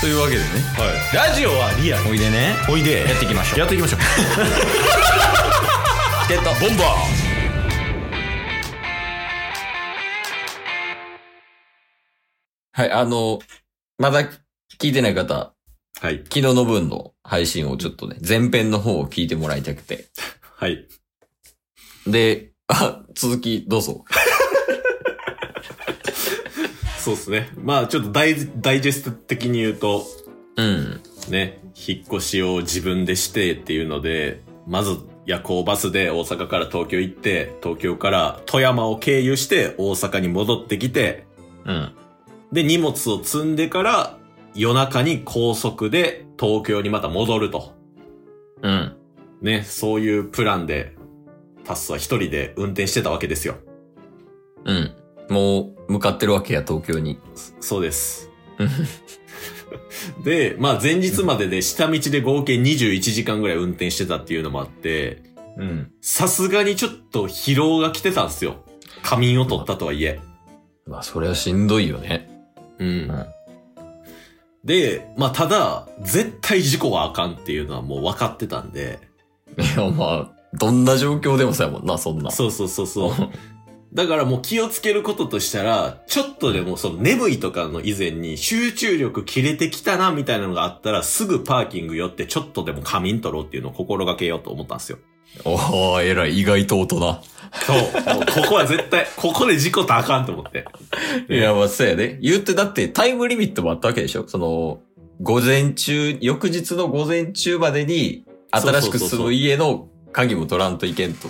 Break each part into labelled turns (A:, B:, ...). A: というわけでね
B: ラジオはリアル
A: おいでね
B: おいで
A: やっていきましょう
B: やっていきましょう
A: チケットボンバーはい、あの、まだ聞いてない方、
B: はい
A: 昨日の分の配信をちょっとね、前編の方を聞いてもらいたくて。
B: はい
A: で、あ、続きどうぞ。
B: そうですねまあちょっとダイダイジェスト的に言うと
A: うん。
B: ね引っ越しを自分でしてっていうのでまず夜行バスで大阪から東京行って東京から富山を経由して大阪に戻ってきて
A: うん。
B: で荷物を積んでから夜中に高速で東京にまた戻ると
A: うん。
B: ねそういうプランでタスは一人で運転してたわけですよ
A: うん。もう、向かってるわけや、東京に。
B: そうです
A: うん。
B: で、まあ前日までで下道で合計21時間ぐらい運転してたっていうのもあって、
A: うん。
B: さすがにちょっと疲労が来てたんですよ。仮眠を取ったとはいえ。
A: まあ、それはしんどいよね。
B: うん。で、まあただ、絶対事故はあかんっていうのはもう分かってたんで、
A: いや、まあ、どんな状況でもさやもんな、そんな。
B: そうそうそうそう。だからもう気をつけることとしたら、ちょっとでもその眠いとかの以前に集中力切れてきたなみたいなのがあったら、すぐパーキング寄ってちょっとでも仮眠取ろうっていうのを心がけようと思ったんですよ。
A: おお偉い。意外と大人。
B: そう。もうここは絶対、ここで事故ったらあかんと思って。
A: いや、まあ、そうやね。言って、だってタイムリミットもあったわけでしょその、午前中、翌日の午前中までに、新しく
B: そうそうそ
A: 住
B: うそう
A: む家の鍵も取らんといけんと。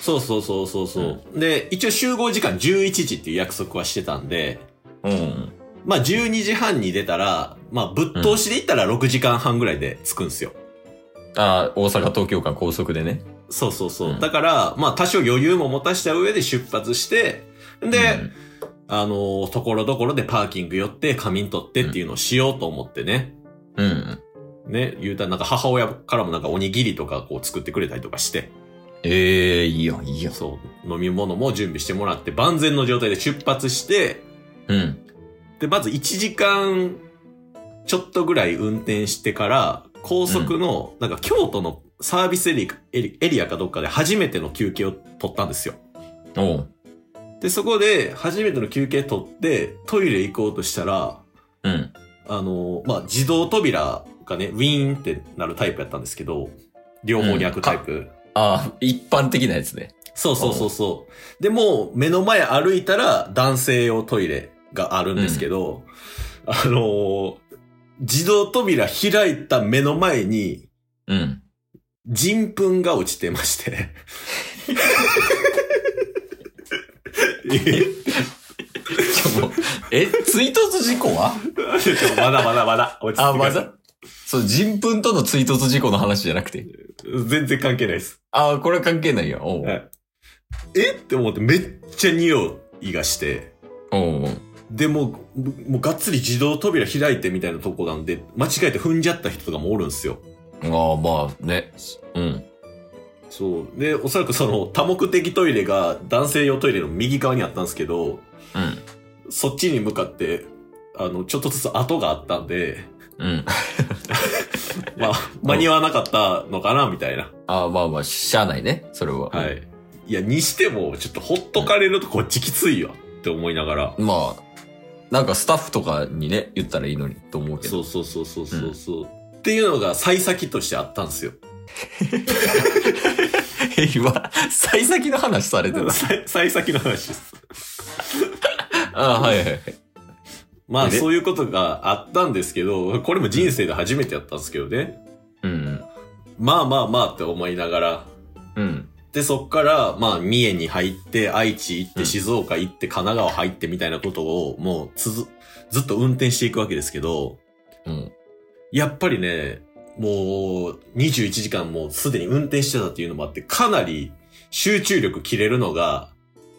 B: そうそうそうそうそう、で、一応集合時間11時っていう約束はしてたんで、
A: うん。
B: まあ12時半に出たら、まあぶっ通しで行ったら6時間半ぐらいで着くんですよ。
A: ああ、大阪東京間高速でね。
B: そうそうそう。
A: うん
B: だから、まあ多少余裕も持たした上で出発して、で、あのーところどころでパーキング寄って仮眠取ってっていうのをしようと思ってね。
A: うん、うん。
B: ね、言うたらなんか母親からもなんかおにぎりとかこう作ってくれたりとかして。
A: ええいいよ、いいよ。
B: そう、飲み物も準備してもらって、万全の状態で出発して、
A: うん。
B: で、まず1時間ちょっとぐらい運転してから、高速の、なんか京都のサービスエリエリエリアかどっかで初めての休憩を取ったんですよ。
A: おう。
B: で、そこで初めての休憩取って、トイレ行こうとしたら、
A: うん。
B: あの、まあ、自動扉がね、ウィーンってなるタイプやったんですけど、両方に開くタイプ。
A: ああ、一般的なやつね。
B: そうそうそうそう。でも、目の前歩いたら男性用トイレがあるんですけど、あのー自動扉開いた目の前に
A: うん。
B: 人糞が落ちてまして。え
A: ちょもうえ、追突事故は
B: ちょ まだまだまだ落ち着いて
A: あ、ま
B: くださ
A: だそう、人糞との追突事故の話じゃなくて。
B: い全然関係ないです。
A: ああ、これは関係ないよ。おう。
B: はいえって思ってめっちゃ匂いがして。
A: おう。
B: でもう、もうがっつり自動扉開いてみたいなとこなんで、間違えて踏んじゃった人とかもおるんですよ。
A: ああ、まあね。うん。
B: そう。で、おそらくその多目的トイレが男性用トイレの右側にあったんですけど、
A: うん。
B: そっちに向かって、あの、ちょっとずつ跡があったんで、
A: うん。
B: まあ、間に合わなかったのかな、みたいな。
A: ああ、まあまあ、しゃあないね。それは。
B: は。い。いや、にしても、ちょっとほっとかれるとこっちきついよって思いながら。
A: まあ、なんかスタッフとかにね、言ったらいいのにと思うけど。
B: そうそうそうそうそうそう。っていうのが幸先としてあったんですよ。
A: え、 今、幸先の話され てた。
B: 幸幸先の話です。
A: ああ、はいはいはい。
B: まあ、
A: で
B: そういうことがあったんですけど、これも人生で初めてやったんですけどね。
A: うん。
B: まあまあまあって思いながら、
A: うん。
B: で、そっから、まあ、三重に入って、愛知行っ
A: う
B: て、
A: ん
B: 静岡行って、神奈川入ってみたいなことを、もう、つづ、ずっと運転していくわけですけど、
A: うん。
B: やっぱりね、もう、21時間もうすでに運転してたっていうのもあって、かなり集中力切れるのが、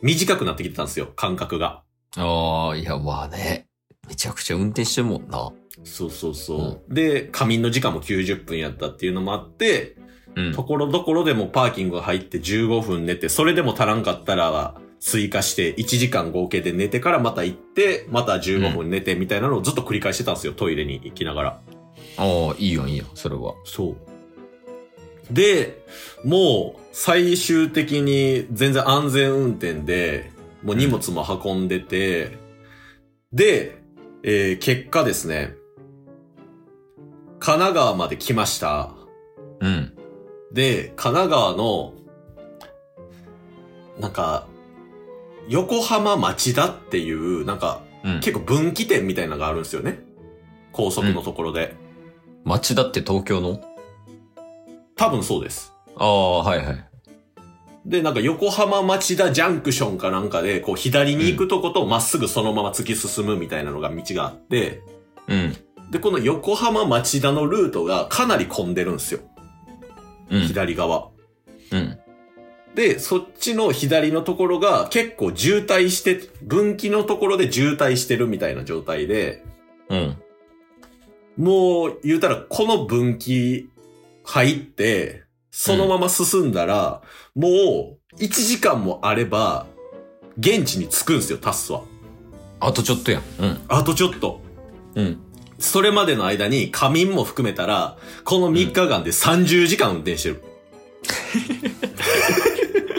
B: 短くなってきてたんですよ、感覚が。
A: ああ、いや、まあね。めちゃくちゃ運転してるもんな。
B: そうそうそう。で、仮眠の時間も90分やったっていうのもあって、
A: うん
B: と。ころどころでもパーキング入って15分寝て、それでも足らんかったら、追加して、1時間合計で寝てからまた行って、また15分寝てみたいなのをずっと繰り返してたんですよ、トイレに行きながら。
A: ああ、いいよ、いいよ、それは。
B: そう。で、もう最終的に全然安全運転で、もう荷物も運んでて、で、えー結果ですね、神奈川まで来ました。
A: うん。
B: で、神奈川の、なんか、横浜町田っていう、なんか、
A: うん。
B: 結構分岐点みたいなのがあるんですよね。高速のところで。
A: 町だって東京の
B: 多分そうです。
A: ああ、はいはい。
B: で、なんか横浜町田ジャンクションかなんかで、こう左に行くとことまっすぐそのまま突き進むみたいなのが道があって、
A: うん。
B: で、この横浜町田のルートがかなり混んでるんですよ。
A: うん。
B: 左側。
A: うん。
B: で、そっちの左のところが結構渋滞して、分岐のところで渋滞してるみたいな状態で、
A: うん。
B: もう言うたらこの分岐入って、そのまま進んだら、もう1時間もあれば、現地に着くんですよ、タスは。
A: あとちょっとやん。うん。
B: あとちょっと。
A: うん。
B: それまでの間に仮眠も含めたら、この3日間で30時間運転してる。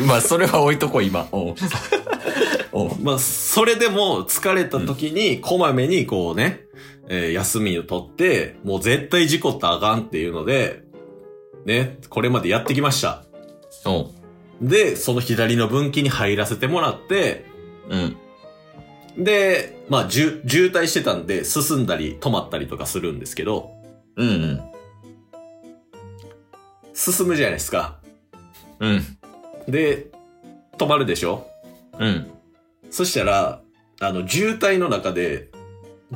A: まあ、それは置いとこう、今。おうおう
B: まあ、それでも疲れた時に、こまめにこうね、えー休みを取って、もう絶対事故ったらあかんっていうので、ね、これまでやってきました。
A: おう
B: で、その左の分岐に入らせてもらって、
A: うん。
B: で、まあ、じゅ渋滞してたんで、進んだり止まったりとかするんですけど、
A: うんうん。
B: 進むじゃないですか。
A: うん。
B: で、止まるでしょ
A: うん。
B: そしたら、あの、渋滞の中で、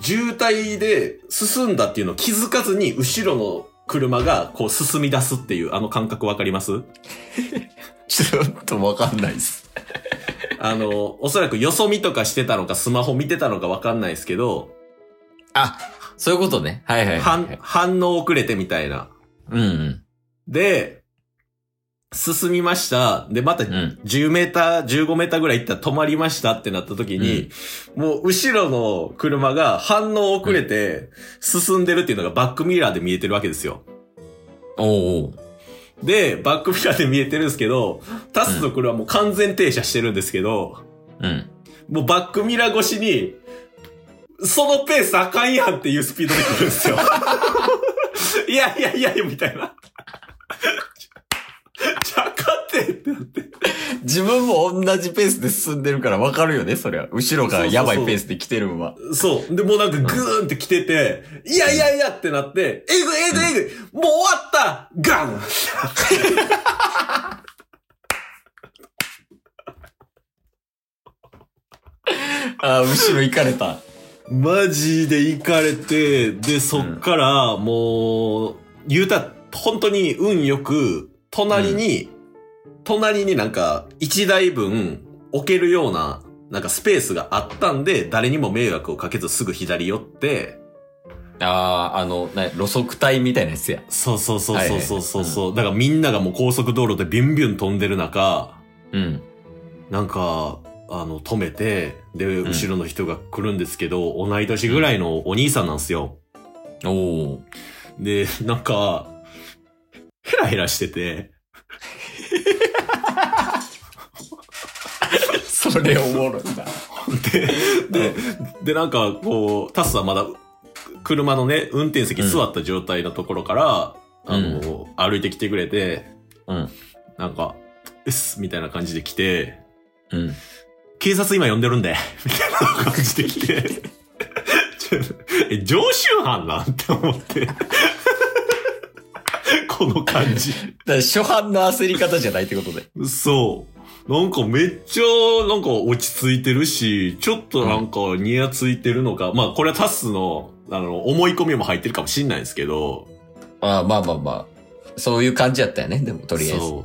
B: 渋滞で進んだっていうのを気づかずに、後ろの車がこう進み出すっていう、あの感覚わかります
A: ちょっとわかんないっす。
B: あの、おそらくよそ見とかしてたのか、スマホ見てたのかわかんないですけど、
A: あ、そういうことね。はいはい、はい
B: 反、反応遅れてみたいな。
A: うんうん。
B: で、進みました。で、また
A: ん
B: 10メーター、15メーターぐらい行ったら止まりましたってなった時に、もう後ろの車が反応遅れて進んでるっていうのがバックミラーで見えてるわけですよ。
A: おうおう。
B: で、バックミラーで見えてるんですけど、タスの車もう完全停車してるんですけど、
A: うん。
B: もうバックミラー越しに、そのペースあかんやんっていうスピードで来るんですよ。いやいやいや、みたいな。ちゃかってってなって。
A: 自分も同じペースで進んでるからわかるよね、そりゃ。後ろがやばいペースで来てるんは。
B: そう。で、もうなんかグーンって来てて、いやいやいやってなって、えぐえぐえぐ、もう終わったガン
A: ああ、後ろ行かれた。
B: マジで行かれて、で、そっから、もう、言うたら、本当に運よく、隣に、隣になんか、一台分置けるような、なんかスペースがあったんで、誰にも迷惑をかけずすぐ左寄って、
A: ああ、あの、な、路側帯みたいなやつや。
B: そうそうそうそうそうそうそう、だからみんながもう高速道路でビュンビュン飛んでる中、
A: うん。
B: なんか、あの、止めて、で、
A: ん
B: 後ろの人が来るんですけど、同い年ぐらいのお兄さんなんですよ。
A: おお。
B: で、なんか、ヘラヘラしてて、
A: それおもろい な。
B: で、で、なんか、こう、タスはまだ、車のね、運転席座った状態のところから、
A: うん
B: あの、歩いてきてくれて、
A: うん。
B: なんか、うっす、みたいな感じで来て、
A: うん。
B: 警察今呼んでるんで、 みたいな感じで来て、 ちょえ、常習犯なんって思って、 この感じ。
A: だから初版の焦り方じゃないってことで。
B: そう。なんかめっちゃ、なんか落ち着いてるし、ちょっとなんかニヤついてるのか、まあこれはタスの、あの、思い込みも入ってるかもしんないんですけど、
A: ああ、まあまあまあ。そういう感じやったよね、でも、とりあえず。
B: そう。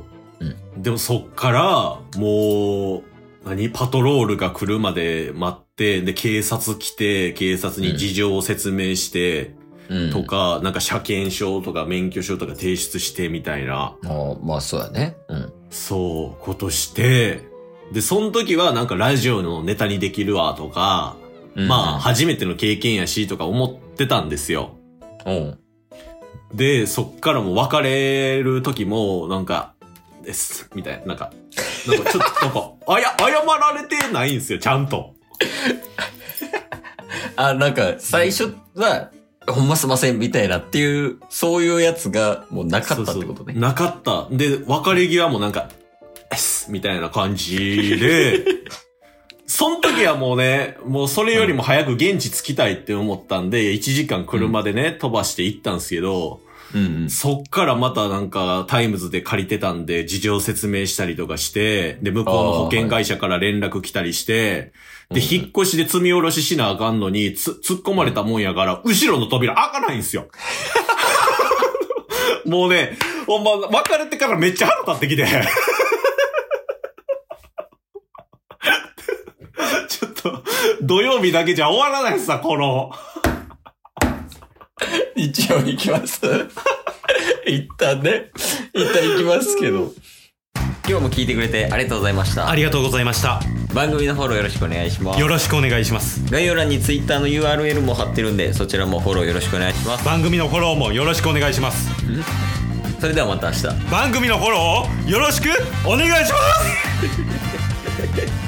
B: でもそっから、もう、何パトロールが来るまで待って、で、警察来て、警察に事情を説明して、
A: うん。
B: とか、なんか車検証とか免許証とか提出してみたいな、
A: ああ。まあ、そうやね。うん。
B: そう、ことして、で、その時はなんかラジオのネタにできるわとか、まあ、
A: あ、
B: 初めての経験やしとか思ってたんですよ。
A: うん。
B: で、そっからもう別れる時も、なんか、です、みたいな、なんか、なんかちょっ と、なんか、あや、謝られてないんですよ、ちゃんと。
A: あ、なんか、最初は、ほんますいません、みたいなっていう、そういうやつが、もうなかったってこと
B: そう
A: ね
B: そう。なかった。で、別れ際もなんか、です、みたいな感じで、 その時はもうね、もうそれよりも早く現地着きたいって思ったんで、1時間車でね、飛ばして行ったんですけど、
A: うんうん。
B: そっからまたなんかタイムズで借りてたんで事情説明したりとかして、で、向こうの保険会社から連絡来たりして、
A: あー
B: で、
A: はい
B: 引っ越しで積み下ろししなあかんのに、つ、突っ込まれたもんやから、後ろの扉開かないんすよ。 もうね、ほんま、別れてからめっちゃ腹立ってきて。 ちょっと、土曜日だけじゃ終わらないさ、この。
A: 一応行きます。 一旦ね、一旦行きますけど。今日も聞いてくれてありがとうございました。
C: りがとうございました
A: 番組のフォローよろしくお願いします。
C: ろしくお願いします
A: 概要欄に Twitter の URL も貼ってるんで、そちらもフォローよろしくお願いします。
C: 番組のフォローもよろしくお願いします
A: それではまた明日。
C: 番組のフォローをよろしくお願いします